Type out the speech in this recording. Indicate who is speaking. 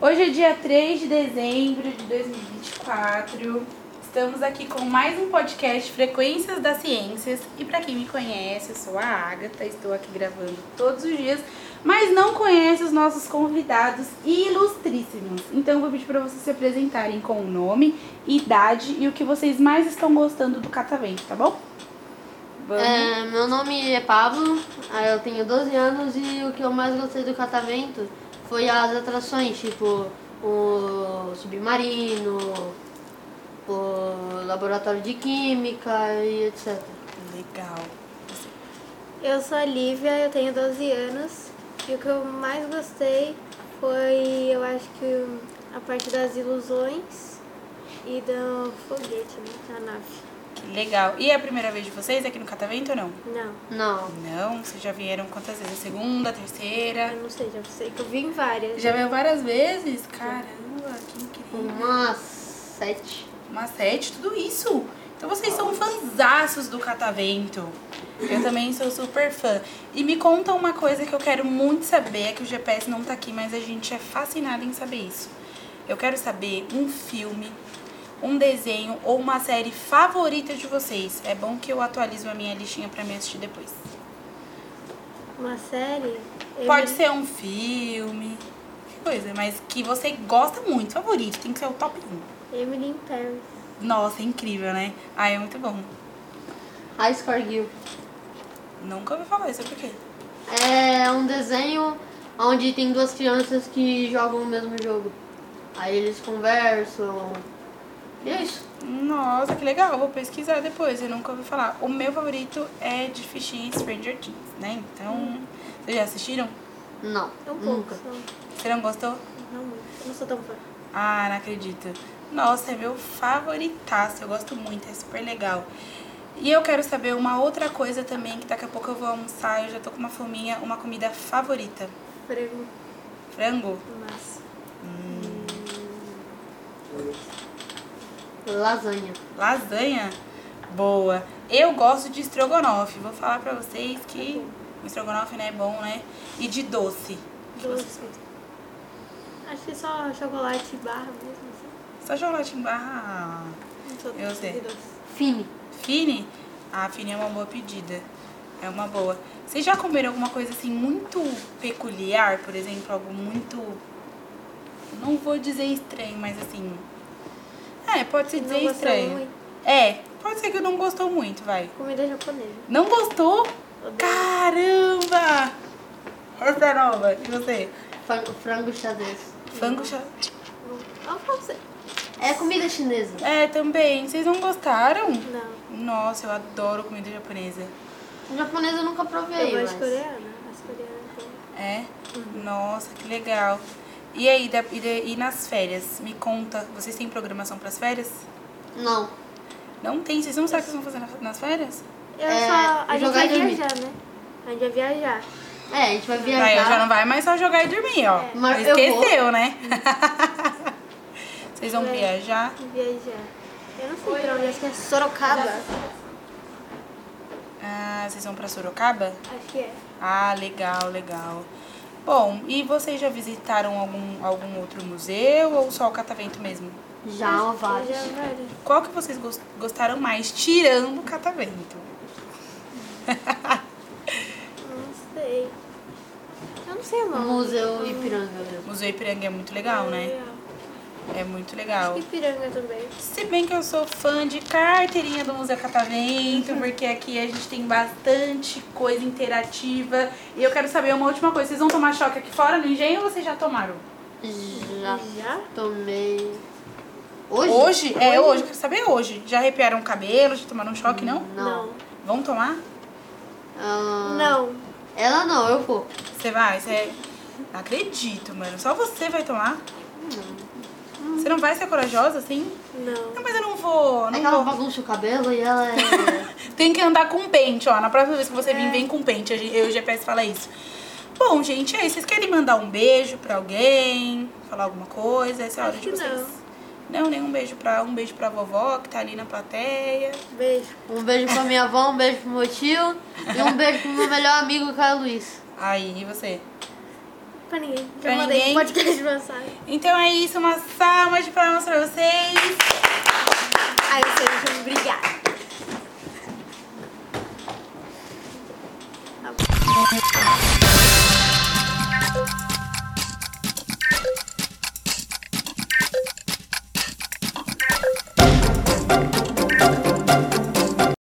Speaker 1: Hoje é dia 3 de dezembro de 2024. Estamos aqui com mais um podcast Frequências das Ciências. E para quem me conhece, eu sou a Agatha, estou aqui gravando todos os dias, mas não conhece os nossos convidados ilustríssimos. Então eu vou pedir para vocês se apresentarem com o nome, idade e o que vocês mais estão gostando do catavento, tá bom? Vamos.
Speaker 2: É, meu nome é Pablo, ah, eu tenho 12 anos e o que eu mais gostei do catavento foi as atrações, tipo o submarino, o laboratório de química e etc.
Speaker 1: Legal.
Speaker 3: Eu sou a Lívia, eu tenho 12 anos e o que eu mais gostei foi, eu acho que a parte das ilusões e do foguete, né? Da nave.
Speaker 1: Que legal. E é a primeira vez de vocês aqui no catavento ou não?
Speaker 3: Não,
Speaker 2: Não,
Speaker 1: Não, vocês já vieram quantas vezes? A segunda, a terceira?
Speaker 3: eu não sei, já sei que eu vi em várias.
Speaker 1: Já veio várias vezes? Caramba, que incrível.
Speaker 2: umas sete.
Speaker 1: Uma sete, tudo isso. Então vocês são fanzaços do Catavento. Eu também sou super fã. E me conta uma coisa que eu quero muito saber, é que o GPS não tá aqui, mas a gente é fascinado em saber isso. Eu quero saber um filme, um desenho ou uma série favorita de vocês. É bom que eu atualizo a minha listinha pra me assistir depois.
Speaker 3: Uma série. eu
Speaker 1: Pode
Speaker 3: vi-
Speaker 1: ser um filme, que coisa, mas que você gosta muito, favorito, tem que ser o top 1.
Speaker 3: Emily in Paris.
Speaker 1: Nossa, é incrível, né? Ah, é muito bom.
Speaker 2: High Score Guild.
Speaker 1: Nunca ouvi falar isso, por quê?
Speaker 2: É um desenho onde tem duas crianças que jogam o mesmo jogo. Aí eles conversam. E é isso.
Speaker 1: Nossa, que legal, vou pesquisar depois, eu nunca ouvi falar. O meu favorito é de fichinha Stranger Things, né? Então, vocês já assistiram?
Speaker 2: Não.
Speaker 3: É um pouco,
Speaker 2: nunca.
Speaker 3: só.
Speaker 1: Você não gostou?
Speaker 3: Não muito. Eu não sou tão fã.
Speaker 1: Ah, não acredito. Nossa, é meu favoritaço. Eu gosto muito, é super legal. E eu quero saber uma outra coisa também, que daqui a pouco eu vou almoçar, eu já tô com uma fominha, uma comida favorita.
Speaker 3: Frango,
Speaker 1: Frango?
Speaker 3: massa.
Speaker 2: Lasanha.
Speaker 1: Lasanha? Boa. Eu gosto de estrogonofe. Vou falar pra vocês que o estrogonofe né, é bom, né? E de doce.
Speaker 3: Doce. Acho que só chocolate e barra mesmo. assim.
Speaker 1: Só chocolate em barra
Speaker 3: Não sou
Speaker 1: Eu
Speaker 3: tão
Speaker 1: sei.
Speaker 3: de doce.
Speaker 2: Fini.
Speaker 1: Fini? Ah, Fini é uma boa pedida. É uma boa. Vocês já comeram alguma coisa assim muito peculiar, por exemplo, algo muito. Não vou dizer estranho, mas assim. É, pode se
Speaker 3: Não
Speaker 1: dizer
Speaker 3: gostou
Speaker 1: estranho.
Speaker 3: muito.
Speaker 1: É, pode ser que não gostou muito, vai.
Speaker 3: Comida japonesa.
Speaker 1: Não gostou?
Speaker 3: Odeio.
Speaker 1: Caramba! Horta nova, e você?
Speaker 2: Fran- Frango xadrez.
Speaker 1: Frango chá.
Speaker 3: Não francês.
Speaker 2: É comida chinesa.
Speaker 1: É, também. Vocês não gostaram?
Speaker 3: Não.
Speaker 1: Nossa, eu adoro comida japonesa.
Speaker 2: Japonesa eu nunca
Speaker 3: Eu
Speaker 2: provei.
Speaker 3: gosto de
Speaker 2: mas-
Speaker 3: coreana. As coreanas são
Speaker 1: É?
Speaker 2: Uhum.
Speaker 1: Nossa, que legal. E aí, da- e, da- e nas férias? Me conta, vocês têm programação para as férias?
Speaker 2: Não.
Speaker 1: Não tem? Vocês não sabem o que vocês vão fazer na- nas férias?
Speaker 3: Eu
Speaker 2: É,
Speaker 3: só. A gente
Speaker 2: jogar
Speaker 3: vai
Speaker 2: e dormir.
Speaker 3: viajar, né? A gente vai viajar.
Speaker 2: É, a gente vai viajar.
Speaker 1: Aí Tá, já não vai mais só jogar e dormir, ó.
Speaker 3: É.
Speaker 2: Mas eu Uhum.
Speaker 1: Esqueceu, né? vocês vão
Speaker 3: É.
Speaker 1: viajar.
Speaker 3: Viajar. Eu não sei pra onde, acho que é Sorocaba.
Speaker 1: Ah, vocês vão para Sorocaba?
Speaker 3: Acho que é.
Speaker 1: Ah, legal, legal. Bom, e vocês já visitaram algum, algum outro museu ou só o Catavento mesmo?
Speaker 2: Já, ó, vários.
Speaker 3: Já, vários.
Speaker 1: Qual que vocês gos- gostaram mais, tirando o Catavento?
Speaker 3: Não sei. Eu não sei o nome.
Speaker 2: Museu Ipiranga mesmo.
Speaker 1: Museu Ipiranga é muito legal, né? É muito legal.
Speaker 3: Acho que Ipiranga também.
Speaker 1: Se bem que eu sou fã de carteirinha do Museu Catavento, porque aqui a gente tem bastante coisa interativa. E eu quero saber uma última coisa: vocês vão tomar choque aqui fora no engenho ou vocês já tomaram?
Speaker 2: Já
Speaker 3: Já?
Speaker 2: tomei. Hoje?
Speaker 1: Hoje? É hoje, eu quero saber hoje. Já arrepiaram o cabelo, já tomaram um choque, não?
Speaker 2: Não.
Speaker 1: Vão tomar?
Speaker 2: Ah,
Speaker 3: Não.
Speaker 2: Ela não, eu vou.
Speaker 1: Você vai? Você. Não acredito, mano. Só você vai tomar? Você não vai ser corajosa assim?
Speaker 3: Não.
Speaker 1: Não, mas eu não vou.
Speaker 2: É
Speaker 1: Não
Speaker 2: que ela
Speaker 1: vou.
Speaker 2: bagunça o cabelo e ela é.
Speaker 1: Tem que andar com um pente, ó. Na próxima vez que você vir, vem com um pente. A gen- Eu e o GPS fala isso. Bom, gente, é isso. Vocês querem mandar um beijo pra alguém? Falar alguma coisa? Essa é a hora
Speaker 3: Acho
Speaker 1: de
Speaker 3: que
Speaker 1: vocês.
Speaker 3: não.
Speaker 1: Não, nenhum beijo pra um beijo pra vovó que tá ali na plateia.
Speaker 3: Beijo.
Speaker 2: Um beijo pra minha avó, um beijo pro meu tio e um beijo pro meu melhor amigo, Caio Luiz.
Speaker 1: Aí, e você?
Speaker 3: Pra ninguém.
Speaker 1: Pra
Speaker 3: Já mandei
Speaker 1: ninguém.
Speaker 3: um podcast de mensagem.
Speaker 1: Então é isso, uma salva de palmas pra vocês.